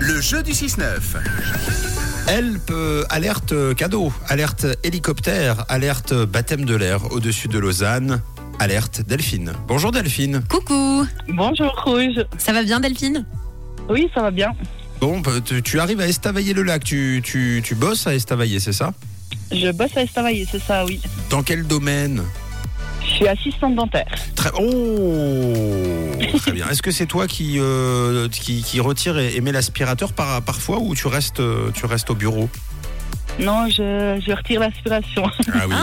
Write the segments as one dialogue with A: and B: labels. A: Le jeu du 6-9.
B: Help, euh, alerte euh, cadeau, alerte hélicoptère, alerte euh, baptême de l'air au-dessus de Lausanne, alerte Delphine. Bonjour Delphine.
C: Coucou,
D: Bonjour Rouge.
C: ça va bien Delphine
D: Oui, ça va bien.
B: Bon, bah, tu, tu arrives à estavayer le lac, tu, tu, tu bosses à estavayer, c'est ça
D: Je bosse à Estavayer, c'est ça, oui.
B: Dans quel domaine
D: Je suis assistante dentaire.
B: Très... Oh Très bien. Est-ce que c'est toi qui, euh, qui, qui retire et, et met l'aspirateur par, parfois ou tu restes, euh, tu restes au bureau
D: Non, je, je retire l'aspiration.
B: Ah oui,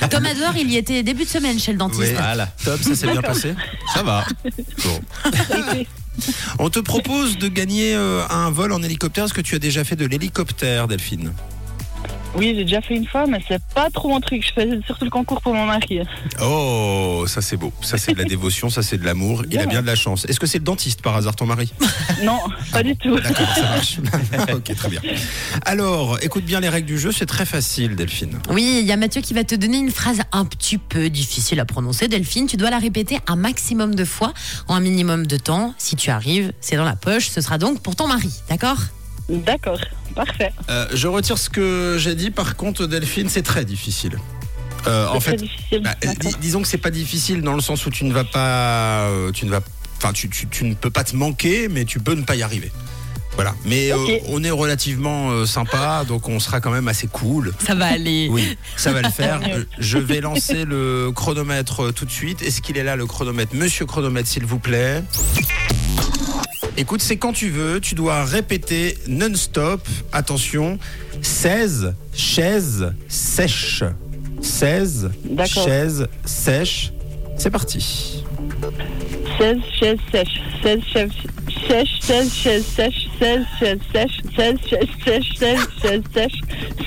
C: Ah. Tom Ador, il y était début de semaine chez le dentiste.
B: Voilà. Top, ça s'est bien passé Ça va. Bon. On te propose de gagner euh, un vol en hélicoptère. Est-ce que tu as déjà fait de l'hélicoptère, Delphine
D: Oui, j'ai déjà fait une fois, mais c'est pas trop mon truc. Je faisais surtout le concours pour mon mari.
B: Oh, ça c'est beau. Ça c'est de la dévotion, ça c'est de l'amour. Il a bien de la chance. Est-ce que c'est le dentiste par hasard, ton mari
D: Non, pas du tout.
B: D'accord, ça marche. ok, très bien. Alors, écoute bien les règles du jeu. C'est très facile, Delphine.
C: Oui, il y a Mathieu qui va te donner une phrase un petit peu difficile à prononcer. Delphine, tu dois la répéter un maximum de fois en un minimum de temps. Si tu arrives, c'est dans la poche. Ce sera donc pour ton mari, d'accord
D: D'accord, parfait.
B: Euh, je retire ce que j'ai dit. Par contre, Delphine, c'est très difficile. Euh, en
D: C'est très
B: fait,
D: difficile.
B: Bah,
D: D'accord.
B: dis- disons que c'est pas difficile dans le sens où tu ne vas pas, euh, tu ne vas, enfin tu, tu- tu ne peux pas te manquer, mais tu peux ne pas y arriver. Voilà. Mais euh,
D: Ok.
B: on est relativement euh, sympa, donc on sera quand même assez cool.
C: Ça va aller.
B: Oui, ça va le faire. Euh, Je vais lancer le chronomètre euh, tout de suite. Est-ce qu'il est là le chronomètre Monsieur chronomètre, s'il vous plaît. Écoute, c'est quand tu veux, tu dois répéter non-stop, attention, 16 chaises sèches. 16
D: D'accord.
B: chaises sèches. C'est parti.
D: 16 chaises sèches, 16 chaises sèches, 16 chaises sèches, 16 chaises sèches, 16 chaises sèches, 16 chaises sèches,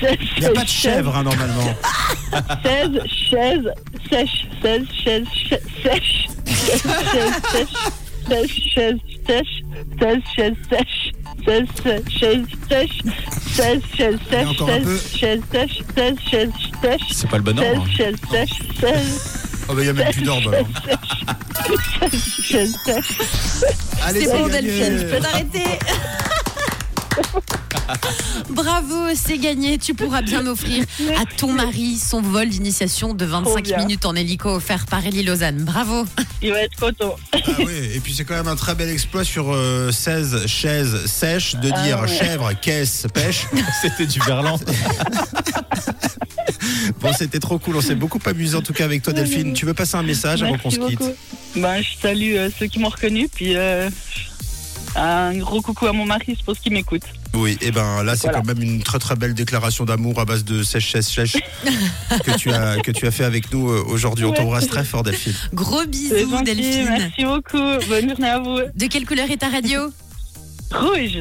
D: 16 chaises
B: Il n'y a pas de
D: sèches.
B: chèvre hein, normalement.
D: 16 chaises sèches, 16 chaises sè- sèches, 16 chaises sèches, 16 chaises sèches, 16 chaises sèches. 16 chaises sèches, 16 chaises
B: Allez,
D: sèches,
B: encore un peu.
D: 16 chaises sèches, 16 chaises sèches,
E: C'est pas le hein. bon
D: 16
E: ordre.
D: chaises sèches, 16
B: Oh, bah, il y a même plus d'ordre. alors.
D: chaises sèches.
B: Allez,
C: C'est bon,
B: gagné.
C: Delphine, je peux t'arrêter. Bravo, c'est gagné. Tu pourras bien offrir à ton mari son vol d'initiation de 25
D: bien.
C: minutes en hélico offert par Elie Lausanne. Bravo.
D: Il va être content.
B: Ah oui, et puis c'est quand même un très bel exploit sur euh, 16 chaises sèches de dire
D: Ah ouais.
B: chèvre, caisse, pêche.
E: C'était du verlan.
B: Bon, c'était trop cool, on s'est beaucoup amusé en tout cas avec toi Delphine. Tu veux passer un message avant Ah, qu'on se
D: Merci
B: quitte
D: beaucoup. Ben, je salue euh, ceux qui m'ont reconnu, puis euh, un gros coucou à mon mari, je pense qu'il m'écoute.
B: Oui, et ben là c'est
D: Voilà.
B: quand même une très très belle déclaration d'amour à base de sèche, sèche, sèche que, tu as, que tu as fait avec nous euh, aujourd'hui. On
D: Ouais.
B: t'embrasse très fort Delphine.
C: Gros
D: C'est
C: bisous,
D: gentil,
C: Delphine.
D: Merci beaucoup. Bonne journée à vous.
C: De quelle couleur est ta radio
D: Rouge.